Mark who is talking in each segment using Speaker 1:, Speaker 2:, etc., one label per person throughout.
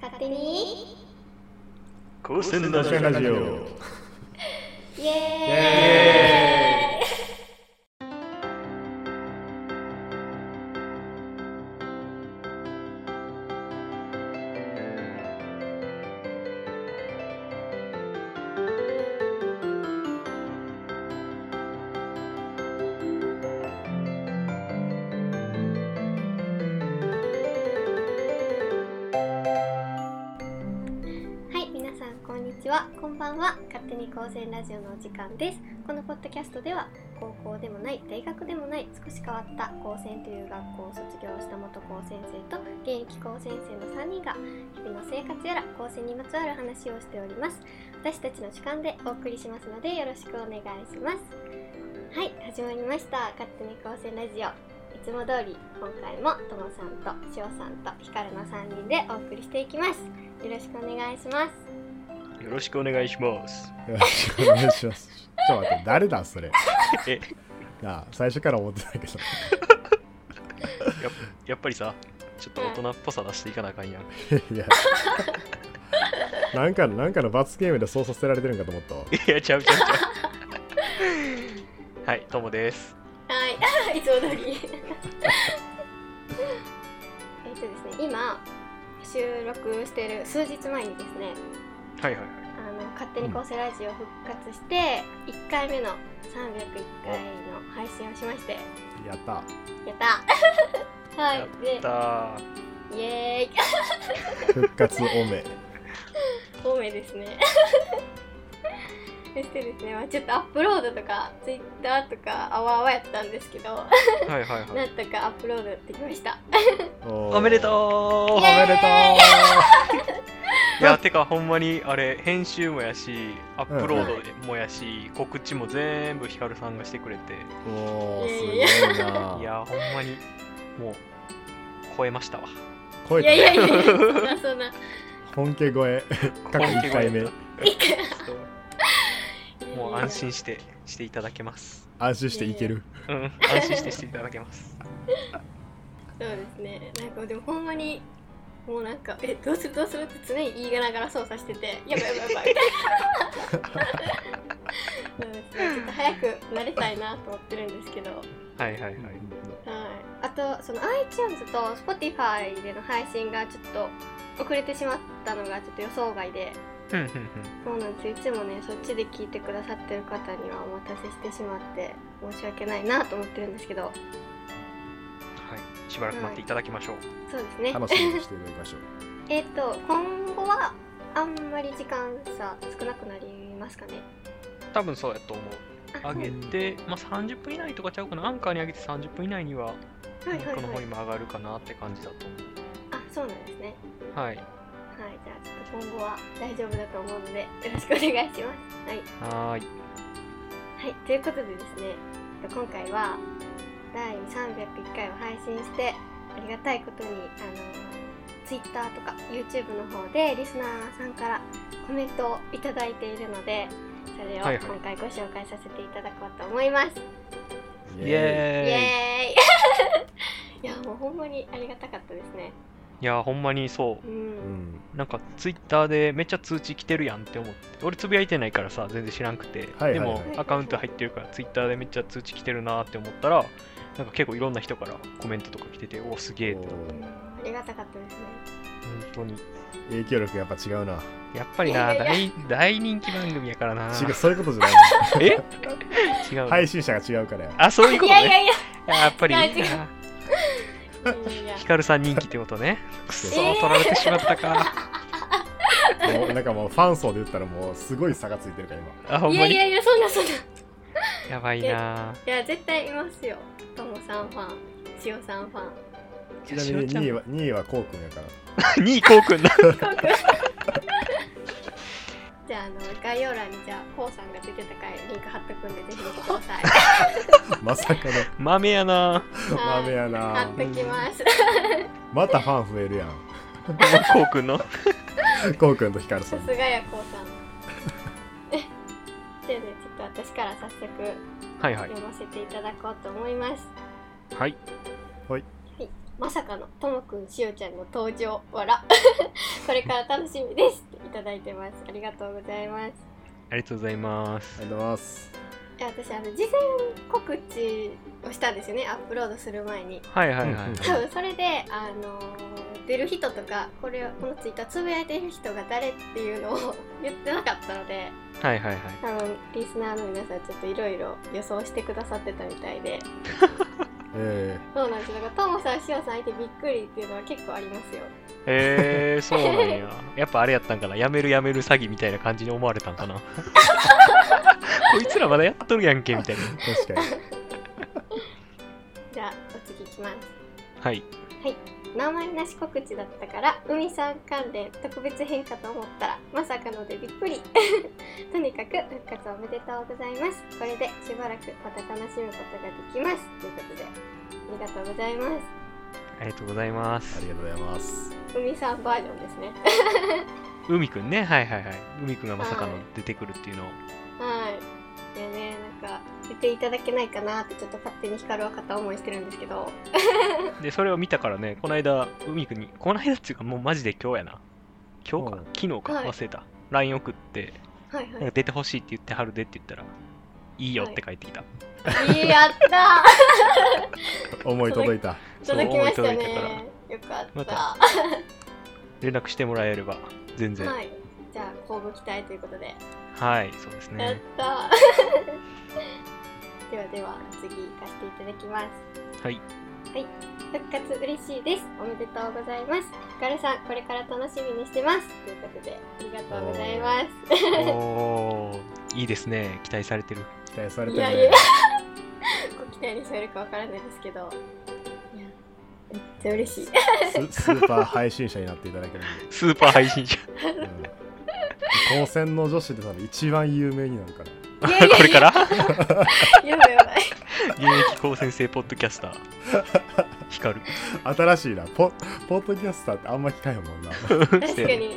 Speaker 1: 勝手に
Speaker 2: 高専ラジオラジオ
Speaker 1: イエーイはい、皆さんこんにちは、こんばんは。勝手に高専ラジオのお時間です。このポッドキャストでは、高校でもない、大学でもない、少し変わった高専という学校を卒業した元高専生と現役高専生の3人が日々の生活やら高専にまつわる話をしております。私たちの主観でお送りしますのでよろしくお願いします。はい、始まりました。勝手に高専ラジオ。いつも通り今回もともさんとしおさんとひかるの3人でお送りしていきます。よろしくお願いします。
Speaker 2: よろしくお願いし ます。
Speaker 3: よろしくお願いします。ちょっと待って、誰だそれ。
Speaker 2: え、
Speaker 3: なあ、最初から思ってたけど。
Speaker 2: やっぱりさ、ちょっと大人っぽさ出していかなあかんやん。
Speaker 3: いや。なんかの、なんかの罰ゲームでそうさせられてるんかと思ったわ。
Speaker 2: いや、ちゃうちゃうちゃう。はい、ともです。
Speaker 1: はい、 いつも通り。えっとですね、今収録してる数日前にですね、
Speaker 2: はいはい
Speaker 1: あの勝手に構成ラジオ復活して1回目の301回の配信をしまして、
Speaker 3: やった。
Speaker 1: やった。は
Speaker 2: はい。
Speaker 1: い、
Speaker 2: やった
Speaker 1: で、イエーイ、
Speaker 3: 復活おめ。
Speaker 1: 多めですね。 そしてですね、まあ、ちょっとアップロードとかツイッターとかあわあわやったんですけど、
Speaker 2: ー。はいはいは。
Speaker 1: ないんとかアップロードできました。
Speaker 3: おー
Speaker 2: おめでと
Speaker 3: おめでとう
Speaker 2: ういや、てかほんまにあれ、編集もやし、アップロードもやし、告知も全部ヒカルさんがしてくれて、
Speaker 3: おー、すご
Speaker 1: いや
Speaker 3: い
Speaker 2: い
Speaker 3: な。
Speaker 2: や、ほんまにもう、超えましたわ。
Speaker 3: 超え
Speaker 1: いやいやいやいや、
Speaker 3: た。
Speaker 1: そんなそんな。
Speaker 3: 本家超え。過去1回目。
Speaker 2: もう安心してしていただけます。
Speaker 3: 安心していける。
Speaker 2: うん、安心してしていただけます。
Speaker 1: そうですねなんかでもほんまにもうなんか「えどうするどうする?」って常に言いながら操作してて「やばいやばいやばい」みたいなそうですねちょっと早く慣れたいなと思ってるんですけどはい
Speaker 2: はいはいはい。
Speaker 1: あとその iTunes と Spotify での配信がちょっと遅れてしまったのがちょっと予想外で
Speaker 2: うんうんうん。
Speaker 1: そうなんですよいつもねそっちで聞いてくださってる方にはお待たせしてしまって申し訳ないなと思ってるんですけど
Speaker 2: はい。しばらく待っていただきましょう。
Speaker 1: そうですね
Speaker 3: 楽しみにしていただきましょう。
Speaker 1: えっ、と今後はあんまり時間差少なくなりますかね。
Speaker 2: 多分そうやと思う。
Speaker 1: あ
Speaker 2: 上げて、まあ、30分以内とかちゃうかな。アンカーに上げて30分以内には、
Speaker 1: はいはい
Speaker 2: この
Speaker 1: は
Speaker 2: 方
Speaker 1: い
Speaker 2: に。も上がるかなって感じだと思
Speaker 1: あそうなんですね。
Speaker 2: う。はい。
Speaker 1: はいじゃあちょっと今後は大丈夫だと思うのでよろしくお願いします。はいは
Speaker 2: はーい。
Speaker 1: いということでですねえっと今回は第301回を配信してありがたいことにあの Twitter とか YouTube の方でリスナーさんからコメントをいただいているのでそれを
Speaker 2: はいはい
Speaker 1: 今回ご紹介させていただこうと思います。
Speaker 2: イ
Speaker 1: イ
Speaker 2: エーイ。
Speaker 1: エーイ いやもうほんまにありがたかったですね
Speaker 2: いや、ほんまにそう
Speaker 3: うんん。
Speaker 2: う。なんか、ツイッターでめっちゃ通知来てるやんって思って。俺、つぶやいてないからさ、全然知らんくて。
Speaker 3: はいはい
Speaker 2: で
Speaker 3: はい
Speaker 2: も、アカウント入ってるから、ツイッターでめっちゃ通知来てるなーって思ったら、なんか結構いろんな人からコメントとか来てて、おお、すげえって。
Speaker 3: おー
Speaker 1: ありがたかったですね
Speaker 2: 本当に。
Speaker 3: 影響力やっぱ違うな。
Speaker 2: やっぱりな、
Speaker 1: いやいや
Speaker 2: 大大人気番組やからな。
Speaker 3: 違う、そういうことじゃない。
Speaker 2: え違う。
Speaker 3: 配信者が違うからや。
Speaker 2: あ、そういうこ
Speaker 1: い
Speaker 2: と
Speaker 1: やい
Speaker 2: ね。
Speaker 1: やいや
Speaker 2: やっぱり、
Speaker 1: いや
Speaker 2: あ
Speaker 1: 違ういやいや
Speaker 2: ヒカルさん人気ってことね。くそ、
Speaker 1: えー
Speaker 2: 取られてしまったか。
Speaker 3: もうなんかもうファン層で言ったらもうすごい差がついてるから今
Speaker 2: あ、 ほん
Speaker 1: いや
Speaker 2: ま
Speaker 1: い
Speaker 2: に。
Speaker 1: やいやそんなそんない
Speaker 2: やばいな。
Speaker 1: や絶対いますよともさんファンしおさんファン
Speaker 3: ちなみに2位は2位はこうくんやから
Speaker 2: 2位、こうくんだ。
Speaker 1: じゃああの概要欄にじゃあこうさんが出てた回リンク貼っとくんでぜひ見てください
Speaker 3: まさか
Speaker 2: 豆やな。
Speaker 3: の
Speaker 1: はい
Speaker 3: 豆や
Speaker 1: 貼っ
Speaker 3: な
Speaker 1: ときます
Speaker 3: またファン増えるや ん
Speaker 2: こうくんの。
Speaker 3: こうくんとヒカルさ
Speaker 1: さ
Speaker 3: ん
Speaker 1: すがやこうさん えじゃあねちょっと私から早速
Speaker 2: はいはい。
Speaker 1: 読ませていただこうと思います
Speaker 2: はい。
Speaker 1: まさかのともくんしおちゃんの登場笑 これから楽しみですっていただいてますありがとうございます
Speaker 2: ありがとうございます
Speaker 3: り。がとうございます。
Speaker 1: いや私あの事前告知をしたんですよねアップロードする前に
Speaker 2: はいはいはい。
Speaker 1: 多分それであのー出る人とかこれをこのツイッターつぶやいてる人が誰っていうのを 言ってなかったので
Speaker 2: はいはいはい。
Speaker 1: 多分リスナーの皆さんちょっといろいろ予想してくださってたみたいで
Speaker 3: え
Speaker 1: そうなんですだからトモさんしおさん相手びっくりっていうのは結構ありますよ
Speaker 2: えー、そうなんや。やっぱあれやったんかな。やめるやめる詐欺みたいな感じに思われたん かな。こいつらまだやっとるやんけみたいな。
Speaker 3: え確かに。
Speaker 1: じゃあお次いきます
Speaker 2: はい。
Speaker 1: 名前なし告知だったから海さん関連特別変化と思ったらまさかのでびっくり とにかく復活おめでとうございますこれでしばらくまた楽しむことができますということでありがとうございま
Speaker 2: ありがとうございま
Speaker 3: あ
Speaker 2: す
Speaker 3: り。がとうございます。
Speaker 1: す海さんバージョンですね
Speaker 2: 海くんね。はいはいはい。海くんがまさかの出てくるっていうのを。
Speaker 1: はいでねなんか出ていただけないかなってちょっと勝手に光は片思いしてるんですけど
Speaker 2: で、それを見たからね、この間、海くんに、この間っていうかもうマジで今日やな。今日か
Speaker 3: うん
Speaker 2: 昨日か
Speaker 1: はい
Speaker 2: 忘れた。LINE 送って、
Speaker 1: はい
Speaker 2: なんか出てほしいって言ってはるでって言ったら、いいよって帰ってきた。
Speaker 1: はいやった
Speaker 3: 思い届いた。
Speaker 1: ー
Speaker 2: そう
Speaker 1: 届きました
Speaker 2: 思い届いたから
Speaker 1: ねよかった
Speaker 2: また連絡してもらえれば、全然。
Speaker 1: はいじゃあ交互期待ということで
Speaker 2: はい、そうです
Speaker 1: やっ
Speaker 2: ね。
Speaker 1: たー ではでは次行かせていただきます
Speaker 2: はい。
Speaker 1: 復活嬉しいですおめでとうございますガルさんこれから楽しみにしてますということでありがとうございま
Speaker 2: おーいいですね期待されてる
Speaker 3: 期待され
Speaker 1: すい
Speaker 3: て
Speaker 1: や
Speaker 3: るね。
Speaker 1: いやご期待にされるかわからないですけどいやめっちゃ嬉しい
Speaker 3: ススーパー配信者になっていただけるん
Speaker 2: スーパー配信者
Speaker 3: で。うん、高専の女子で多分一番有名になるから。
Speaker 1: いやいやいや
Speaker 2: これから
Speaker 1: やばい やばい
Speaker 2: 現役高専生ポッドキャスター光る
Speaker 3: 新しいなポポッドキャスターってあんま聞かへんもんな
Speaker 1: 確かに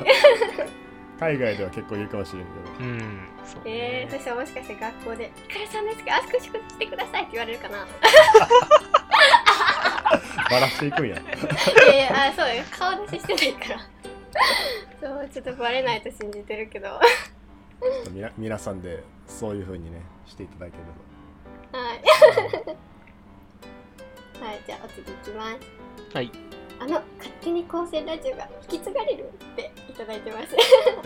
Speaker 3: 海外では結構言うかもしれんけ
Speaker 2: うんそう
Speaker 1: えー、
Speaker 2: ね
Speaker 1: そしたらもしかして学校で「ガルさんですかあ少しくしてください」って言われるか な
Speaker 3: どバラしていくんや
Speaker 1: いやいやあそうだよ顔出ししてないから そうちょっとバレないと信じてるけど
Speaker 3: みな皆さんでそういう風にねしていただける
Speaker 1: はい。はい、じゃあお次いきます。
Speaker 2: はい
Speaker 1: あの、勝手に高専ラジオが引き継がれるっていただいてます。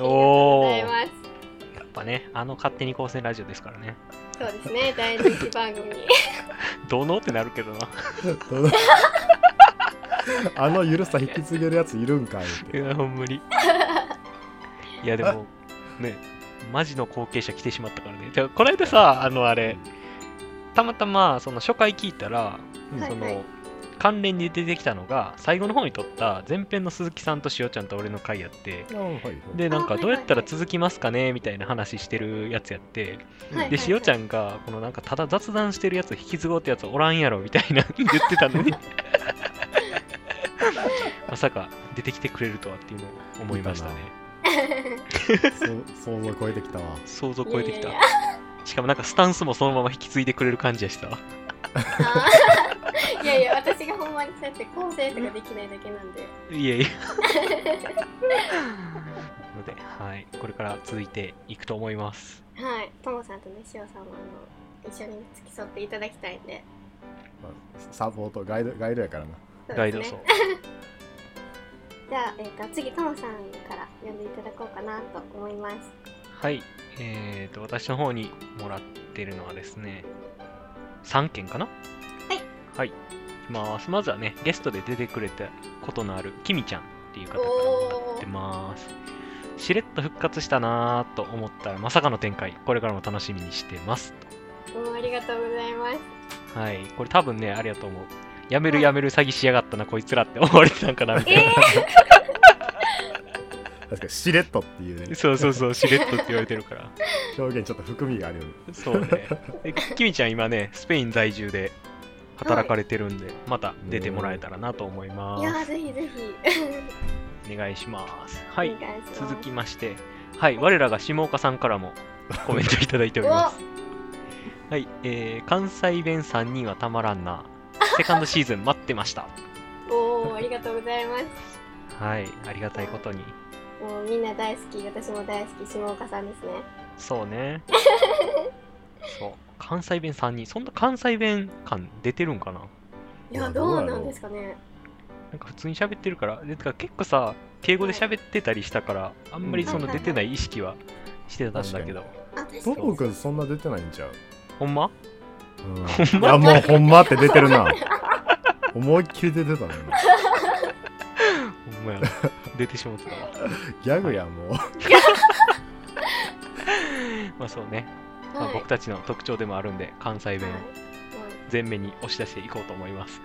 Speaker 2: お
Speaker 1: ご
Speaker 2: お
Speaker 1: ざい
Speaker 2: や
Speaker 1: ます。
Speaker 2: っぱねあの勝手に高専ラジオですからね
Speaker 1: そうですね、第2期番組。
Speaker 2: どのってなるけどな
Speaker 3: と どうぞあのゆるさ引き継げるやついるんかいっ
Speaker 2: い
Speaker 3: て
Speaker 2: やほんまにいやでもねマジの後継者来てしまったからねてかこの間さあのあれたまたまその初回聞いたら、
Speaker 3: うん
Speaker 1: はい
Speaker 2: その関連に出てきたのが最後の方に撮った前編の鈴木さんとしおちゃんと俺の回やって
Speaker 3: あはいはい
Speaker 2: でなん
Speaker 1: あ
Speaker 2: か
Speaker 1: はい
Speaker 2: どうやったら続きますかねみたいな話してるやつやって
Speaker 1: はい はい
Speaker 2: でしおちゃんがこのなんかただ雑談してるやつ引き継ごうってやつおらんやろみたい な言ってたのにまさか出てきてくれるとはっていうのを思いましたね
Speaker 3: いいそ想像超えてきたわ
Speaker 2: 想像を超えてきた
Speaker 1: いや
Speaker 2: しかもなんかスタンスもそのまま引き継いでくれる感じやしさ
Speaker 1: あー いやいや、私がほんまにそうやって構成とかできないだけなんで。
Speaker 2: い えいえのではいこれから続いていくと思います
Speaker 1: はい、ともさんとね、しおさんもあの一緒に付き添っていただきたいんで。
Speaker 3: まあサポートガイドガイドやからな
Speaker 1: そうですね
Speaker 2: ガイド層
Speaker 1: じゃあ、えっ、と、次、ともさんから呼んでいただこうかなと思います。
Speaker 2: はい、えー、と私の方にもらってるのはですね3件かなはい、はい、いきますまずはねゲストで出てくれたことのあるきみちゃんっていう方からもらってますしれっと復活したなぁと思ったらまさかの展開これからも楽しみにしてます
Speaker 1: どうもありがとうござい ます。
Speaker 2: はいこれ多分ねありがとう思うやめるやめる詐欺しやがったなこいつらって思われてたんかなみたいな
Speaker 1: えー、
Speaker 3: 確かにしれっとっていうね
Speaker 2: そうそうそうしれっとって言われてるから
Speaker 3: 表現ちょっと含みがあるよね
Speaker 2: そう ね。えきみちゃん、今ね、スペイン在住で働かれてるんで、また出てもらえたらなと思いま
Speaker 1: いやー
Speaker 2: す。
Speaker 1: ぜひぜひ。
Speaker 2: お願いします。はい
Speaker 1: お、願いします
Speaker 2: 続きまして、はい、我らが下岡さんか らもコメントいただいております。はい、えー、関西弁3人はたまらんな。セカンドシーズン待ってました。
Speaker 1: おおーありがとうございます
Speaker 2: はい、ありがたいことに。
Speaker 1: もうみんな大好き私も大好き下岡さんですね
Speaker 2: そう ね。そう。関西弁3人。そんな関西弁感出てるんかない
Speaker 3: い
Speaker 1: や
Speaker 3: や
Speaker 1: どう
Speaker 3: どうや
Speaker 1: な
Speaker 3: ろ
Speaker 1: ん
Speaker 3: う
Speaker 1: ですかね
Speaker 2: なんか普通に喋ってるから。で、てか結構さ、敬語で喋ってたりしたから、あんまりその出てない意識はしてたんだけど。
Speaker 1: あ確か
Speaker 3: ト
Speaker 1: に
Speaker 3: ト君そんな出てないんちゃう、
Speaker 2: ほんま
Speaker 3: うん、いやもうほんまって出てるな思いっきり出てたね
Speaker 2: ほんま
Speaker 3: 今
Speaker 2: や。出てしまったわ。
Speaker 3: ギャグやんもう
Speaker 2: まあそうね。まあ
Speaker 1: はい
Speaker 2: 僕たちの特徴でもあるんで、関西弁を
Speaker 1: はいはい
Speaker 2: 前面に押し出していこうと思い ます。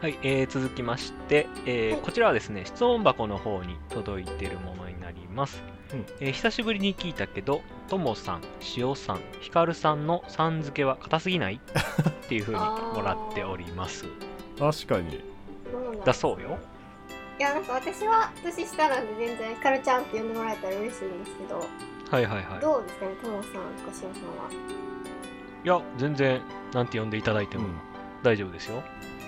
Speaker 2: はい、えー続きまして、えー
Speaker 1: はい
Speaker 2: こちらはですね、質問箱の方に届いているものになります、
Speaker 3: うん
Speaker 2: えー久しぶりに聞いたけど、ともさん、しおさん、ひかるさんのさん付けは硬すぎないっていう 風にもらっております。
Speaker 3: 確かに
Speaker 1: どうなんだ
Speaker 2: だ
Speaker 1: い
Speaker 2: そうよ。
Speaker 1: やなんか私は年下なんで全然ひかるちゃんって呼んでもらえたら嬉しいんですけど、
Speaker 2: はいはいはい。
Speaker 1: どうですかねともさんとかしおさんはい
Speaker 2: や、全然、なんて呼んでいただいても
Speaker 3: うん
Speaker 2: 大丈夫ですよ。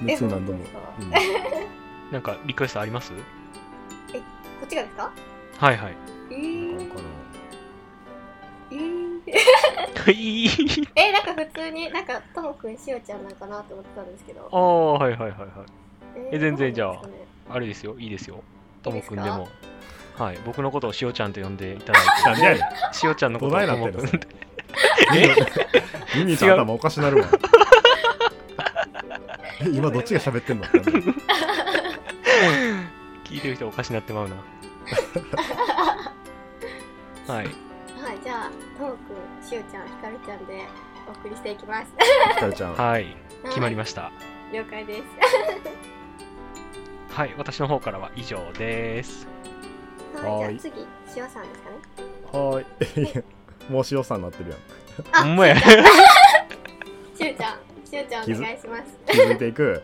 Speaker 3: 別に何でも
Speaker 1: え、
Speaker 3: うん、
Speaker 2: なんかリクエストあります
Speaker 1: こっちがですか
Speaker 2: はいはい。
Speaker 1: え
Speaker 3: なん
Speaker 1: ー、
Speaker 3: か
Speaker 1: えー、
Speaker 2: いい
Speaker 1: えなんか普通になんかともくんしおちゃんなんかなと思ってたんですけど
Speaker 2: ああ、はいはいはいはい。え全然じゃあ
Speaker 1: どうなんですかね
Speaker 2: あれですよ、いいですよ。ともくん
Speaker 1: いいで
Speaker 2: で
Speaker 1: すか
Speaker 2: も。はい、僕のことをしおちゃんと呼んでいただい
Speaker 3: なんでやねん
Speaker 2: て、しおちゃんのことを
Speaker 3: どないな
Speaker 2: と
Speaker 3: って
Speaker 2: も
Speaker 3: ん
Speaker 2: く
Speaker 3: の
Speaker 2: ん
Speaker 3: それ。耳と頭おかしなるわ。え今どっちが喋ってんのってなる
Speaker 2: 聞いてる人おかしなってまうな。は
Speaker 1: は
Speaker 2: い、
Speaker 1: いじゃあともくんしおちゃんひかるちゃんでお送りしていきます
Speaker 3: ひかるちゃん。
Speaker 2: はい、決まり
Speaker 1: ま
Speaker 2: ました。
Speaker 1: す了解です
Speaker 2: はい、私の方からは以上です。
Speaker 1: はい
Speaker 3: はーい
Speaker 1: じゃあ次しおさんですかね
Speaker 3: はーい。もうしおさんになってるやん。
Speaker 1: あ
Speaker 2: ほんまや。
Speaker 1: しおちゃんしおちゃんお願いします
Speaker 3: 気づいていく。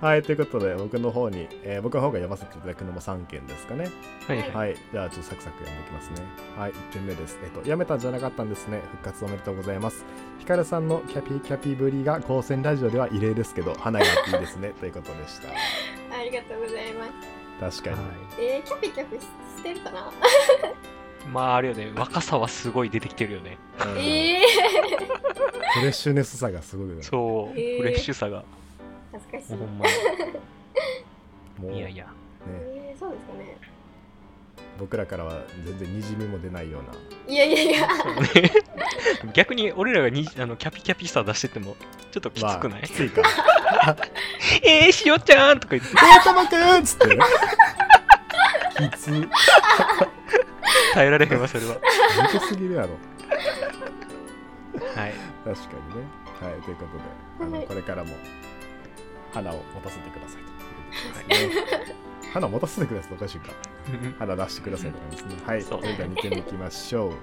Speaker 3: はい、ということで、僕の方に、えー僕の方が読ませていただくのも3件ですかね。
Speaker 2: はいはい。
Speaker 3: はい、じゃあちょっとサクサク読んでいきますね。はい、1件目です。えっと、やめたんじゃなかったんですね。復活おめでとうございます。ひかるさんのキャピキャピぶりが高専ラジオでは異例ですけど、花があっていいですね。ということでした。
Speaker 1: ありがとうございます
Speaker 3: 確かに。
Speaker 2: は
Speaker 1: えー、キャピキャピししてるかな
Speaker 2: いまあ、あれよね、若さはすごい出てきてるよね。
Speaker 3: うん
Speaker 1: え
Speaker 3: フレッシュネスさがすごくない
Speaker 2: そう、フ
Speaker 1: へえ
Speaker 2: レッシュさが、
Speaker 1: ー、恥ずかし
Speaker 2: もうほ
Speaker 1: い
Speaker 2: んまに。
Speaker 3: もう
Speaker 2: いやいや、
Speaker 3: ね、
Speaker 1: えー、そうですかね
Speaker 3: 僕らからは全然にじみも出ないようない
Speaker 1: やいやいや
Speaker 2: そうね逆に俺らがにあのキャピキャピさ出してても、ちょっときつくない、
Speaker 3: まあ、きついか
Speaker 2: えー、しおちゃんとか言って、
Speaker 3: えーともくんっつってねきつ抜
Speaker 2: 耐えられへんわ、それは。
Speaker 3: けすぎるやろ
Speaker 2: はい。
Speaker 3: 確かにねはいということであの、
Speaker 1: はい
Speaker 3: これからも花を持たせてくださいということですね花持たせてくださいっておかしいか花出してくださいって感じですねはい
Speaker 2: そ
Speaker 3: そうれでは2件目いきましょう
Speaker 2: は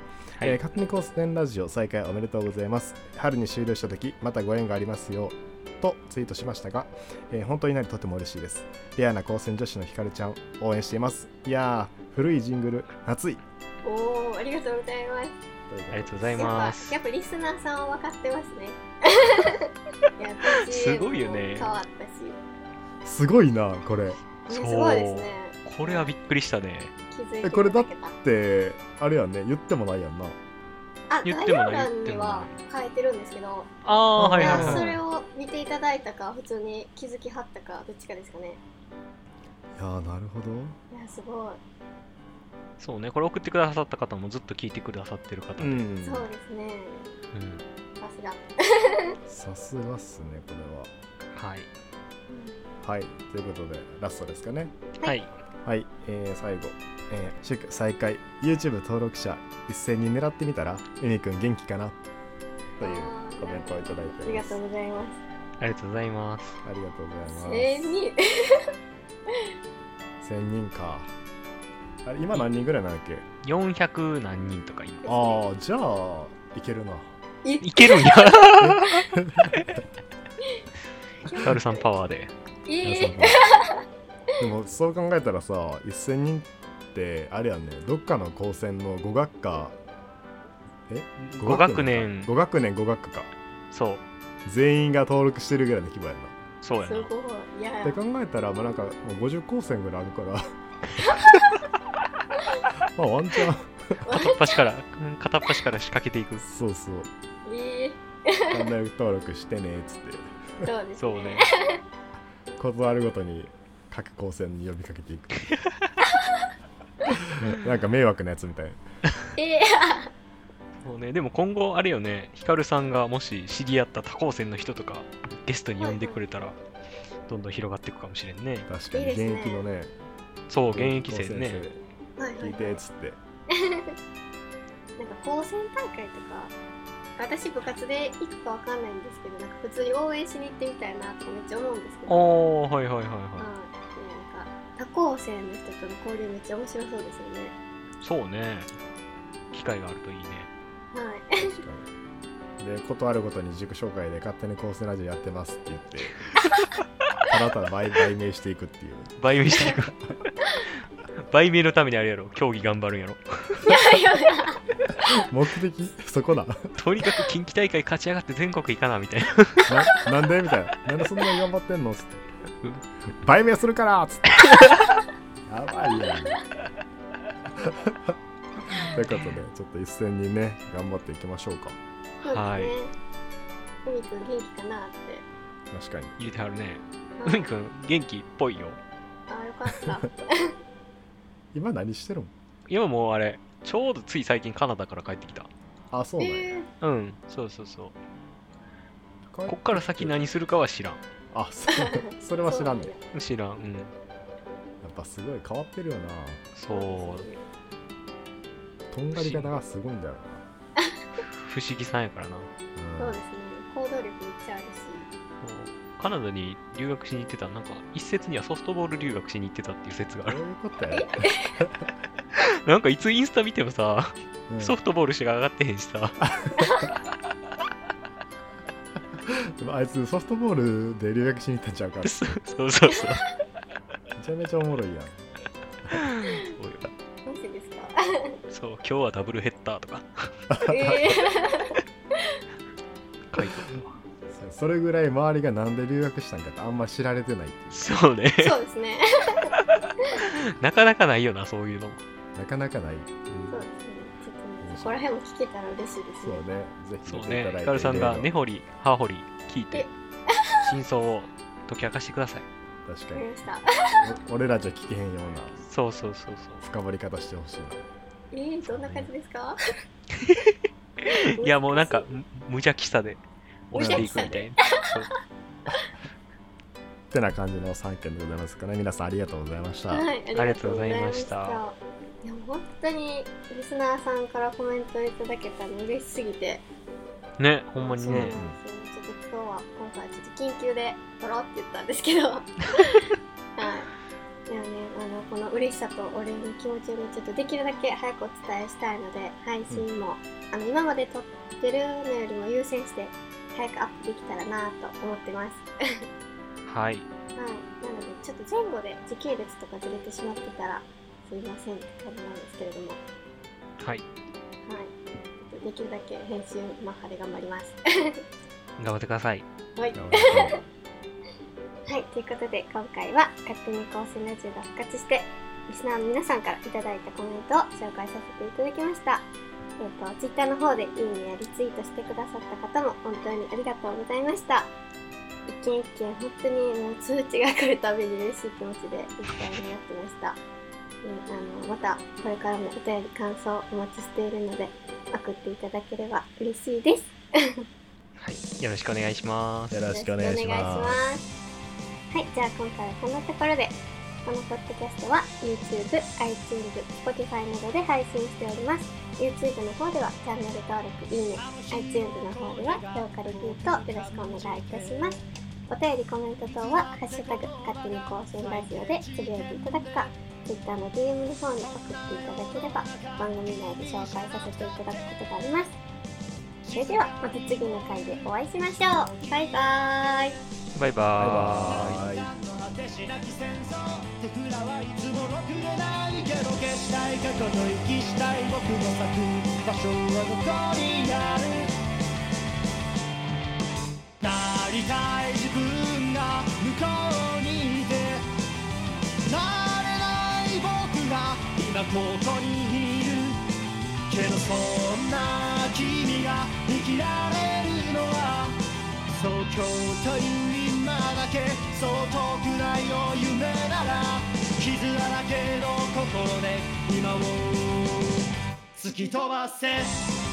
Speaker 3: えー
Speaker 2: い、
Speaker 3: 勝手にコーステンラジオ再開おめでとうございます春に終了した時またご縁がありますよとツイートしましたが、えー本当になりとても嬉しいですレアな高専女子のひかるちゃん応援していますいやー古いジングル熱い
Speaker 1: おーありがとうございます
Speaker 2: ありがとうござ
Speaker 1: やっ
Speaker 2: い
Speaker 1: ぱ
Speaker 2: ます
Speaker 1: やっ。ぱリスナーさんは分かってます ねいや私
Speaker 2: すごいよね
Speaker 1: もう変わったし
Speaker 3: すごいなこれ
Speaker 1: す
Speaker 2: そう
Speaker 1: ごいですね
Speaker 2: これはびっくりしたね。
Speaker 1: 気づいてい
Speaker 3: えこれだ
Speaker 1: ただけ
Speaker 3: であれやんね言ってもないやんな
Speaker 1: たあ
Speaker 2: 言っ
Speaker 1: 概
Speaker 2: てもな
Speaker 1: 要
Speaker 2: い
Speaker 1: 欄には書いてるんですけど
Speaker 2: ああー、はいい
Speaker 3: や
Speaker 2: はい
Speaker 1: そ
Speaker 2: は
Speaker 1: れ
Speaker 2: い。
Speaker 1: を見ていただいたか普通に気づきはったかどっちかですかね
Speaker 3: いやーなるほど
Speaker 1: いやすごい
Speaker 2: そうね、これ送ってくださった方もずっと聞いてくださってる方で。うん
Speaker 3: ん
Speaker 1: そうですねさすが
Speaker 3: さすがっすねこ
Speaker 2: はい。
Speaker 3: れははいということでラストですかね
Speaker 1: は
Speaker 2: はいい。
Speaker 3: はい、えー最後、えー祝再開 YouTube 登録者1000人狙ってみたらうみくん元気かなというコメントをいただい
Speaker 1: あ
Speaker 3: て
Speaker 1: り
Speaker 3: い
Speaker 1: が
Speaker 3: ます
Speaker 1: とうございま
Speaker 2: ありがとうございます。
Speaker 3: ありがとうございます
Speaker 1: すえー、に
Speaker 3: 1000人かあれ今何人ぐらいなんだっけ
Speaker 2: 400何人とか今。
Speaker 3: ああじゃあいけるない
Speaker 2: け るんや。カルさんパワーで。
Speaker 1: えー、
Speaker 3: でもそう考えたらさ1000人ってあれやねどっかの高専の語学科
Speaker 2: 5学年、
Speaker 3: 5学年語学科か
Speaker 2: そう。
Speaker 3: 全員が登録してるぐらいの規模やんな
Speaker 2: そうや
Speaker 1: す
Speaker 2: な
Speaker 1: ごい。いや
Speaker 3: って考えたら、まあ、なんかもう50高専ぐらいあるから まあワンチャン
Speaker 2: 片っ端からうん片っ端から仕掛けていく
Speaker 3: そうそう
Speaker 1: いい。
Speaker 3: チャンネル登録してねっつっ
Speaker 1: そうです
Speaker 2: そう
Speaker 1: ね。
Speaker 2: ね
Speaker 3: てことあるごとに各高専に呼びかけてい くなんか迷惑なやつみたい
Speaker 1: え
Speaker 2: そうねでも今後あれよねヒカルさんがもし知り合った他高専の人とかゲストに呼んでくれたらどんどん広がっていくかもしれんね
Speaker 3: 確かに
Speaker 1: いいで
Speaker 3: 現
Speaker 1: すね
Speaker 3: 役のね
Speaker 2: そう現役生
Speaker 3: 高
Speaker 2: ね
Speaker 1: ー、はいは
Speaker 3: 聞
Speaker 1: い
Speaker 3: い。てっつって
Speaker 1: なんか高専大会とか。私部活で行くかわかんないんですけど、なんか普通に応援しに行ってみたいなってめっちゃ思うんですけど。
Speaker 2: おおはいはいはい
Speaker 1: はい。
Speaker 2: は
Speaker 1: なんか他高生の人との交流めっちゃ面白そうですよね。
Speaker 2: いそうね機会があるといいね
Speaker 1: はい。
Speaker 3: 確かにでことあるごとに自己紹介で勝手に高専ラジオやってますって言って ただただ売売名していくっていう
Speaker 2: 売名してい く売名のためにあれやろ競技頑張るんやろ
Speaker 1: いやいやいや。
Speaker 3: 目的そこだ
Speaker 2: とにかく近畿大会勝ち上がって全国行かなみたいな
Speaker 3: ななんでみたいな。なんでそんなに頑張ってんのつって。売名するからっつって。やばいやん。 ということで、ちょっと一戦にね、頑張っていきましょうか。
Speaker 1: そう
Speaker 2: はい
Speaker 1: ですね。海くん元気かなって。
Speaker 3: 確かに。
Speaker 2: 言うてはるね
Speaker 1: はい
Speaker 2: 海くん元気っぽいよ
Speaker 1: ああ、よか った。
Speaker 3: 今何してるの
Speaker 2: 今もうあれちょうどつい最近カナダから帰ってきた
Speaker 3: あ、そうなんや。
Speaker 1: え
Speaker 2: うんそうそうそう
Speaker 3: こ
Speaker 2: こっから先何するかは知らん
Speaker 3: あ、そう。それは知らんね。や
Speaker 2: 知らんうん
Speaker 3: っぱすごい変わってるよな。
Speaker 1: そうなん
Speaker 2: そ
Speaker 1: や
Speaker 2: う
Speaker 3: とんがり方がすごいんだよ
Speaker 2: 不思議さんやからな
Speaker 1: そ
Speaker 3: な。う
Speaker 1: うんですね。行動力めっちゃあるし。
Speaker 2: そうカナダに留学しに行ってたなんか一説にはソフトボール留学しに行ってたっていう説があ
Speaker 3: どう
Speaker 2: る
Speaker 3: いうことや、
Speaker 2: なんかいつインスタ見てもさ
Speaker 3: うん
Speaker 2: ソフトボールしか上がってへんしさ。
Speaker 3: でもあいつソフトボールで留学しに行ったんちゃうから
Speaker 2: そうそうそう
Speaker 3: めちゃめちゃおもろいやん。
Speaker 2: そうよ
Speaker 1: マジですか。
Speaker 2: そう今日はダブルヘッダーとか
Speaker 1: え
Speaker 2: 書いてあるわ
Speaker 3: それぐらい周りがなんで留学したんかってあんま知られてないっていう
Speaker 2: そうね
Speaker 1: ー、そうですね。
Speaker 2: なかなかないよなそういうの
Speaker 3: なかなかな
Speaker 1: そうです
Speaker 3: い、
Speaker 1: ね。ちょっとね、そこら辺も聞けたら嬉しいです
Speaker 3: そう
Speaker 1: ね。
Speaker 3: ねぜひ
Speaker 2: そ
Speaker 3: 見
Speaker 2: う
Speaker 3: ていた
Speaker 2: ね
Speaker 3: だいて
Speaker 2: ヒカルさん
Speaker 3: 例
Speaker 2: が
Speaker 3: の
Speaker 2: 根掘り葉掘り聞いて
Speaker 1: え
Speaker 2: 真相を解き明かしてください
Speaker 3: 確か
Speaker 1: わかり
Speaker 3: に
Speaker 1: ました。
Speaker 3: お俺らじゃ聞けへんような
Speaker 2: そうそうそう
Speaker 3: 深掘り方してほしいな
Speaker 1: えー、どんな感じですか。
Speaker 2: そういやもうなんかむ無邪気さで
Speaker 1: 無
Speaker 2: 押し
Speaker 1: 邪
Speaker 2: て
Speaker 1: 気
Speaker 2: い
Speaker 1: さ
Speaker 2: くみた
Speaker 1: で
Speaker 2: いなそう
Speaker 3: ってな感じの3件でございますかね皆さんありがとうございました、
Speaker 1: はい、
Speaker 2: ありがとうございました
Speaker 1: ありがとうございましたいや、本当にリスナーさんからコメントいただけたの嬉しすぎて。
Speaker 2: ねほんまに
Speaker 1: そうなん
Speaker 2: ね
Speaker 1: ですよちょっと今日は今回ちょっと緊急で撮ろうって言ったんです けどはいでもねあのこの嬉しさとお礼の気持ちをねちょっとできるだけ早くお伝えしたいので配信も、あの今まで撮ってるのよりも優先して早くアップできたらなと思ってます
Speaker 2: は
Speaker 1: は
Speaker 2: い
Speaker 1: いなのでちょっと前後で時系列とかずれてしまってたらすいませんって感じなんですけれども
Speaker 2: はい
Speaker 1: はいちょっとできるだけ編集マッハで頑張ります
Speaker 2: 頑張ってください
Speaker 1: はい
Speaker 3: なるほど
Speaker 1: はい、ということで今回は「勝手に更新ラジオ」が復活してリスナーの皆さんからいただいたコメントを紹介させていただきましたえっ、と Twitter の方でいいねやリツイートしてくださった方も本当にありがとうございました一件一件本当にもう通知が来るたびに嬉しい気持ちでいっぱいになってました、うんあのまたこれからもお便り感想お待ちしているので送っていただければ嬉しいです
Speaker 2: はいよろしくお願いします
Speaker 3: よろしくお願いします
Speaker 1: すはいじゃあ今回はこんなところでこのポッドキャストは YouTube、iTunes、Spotify などで配信しております YouTube の方ではチャンネル登録、いいね iTunes の方では評価レビューとよろしくお願いいたしますお便りコメント等は「ハッシュタグ勝手に更新ラジオ」でつぶやいていただくか Twitter の DM の方に送っていただければ番組内で紹介させていただくことがありますそれではまた次の回でお会いしましょうバイバーイ
Speaker 2: バイバーイ
Speaker 3: バイバイ
Speaker 4: の果てしなき戦争手札はいつもろくれないけど消したい過去と息したい僕の咲く場所はどこにある
Speaker 3: 今ここにいるけどそんな君が生きられるのはそう今日という今だけそう遠くないよ夢なら傷だらけの心で今を突き飛ばせ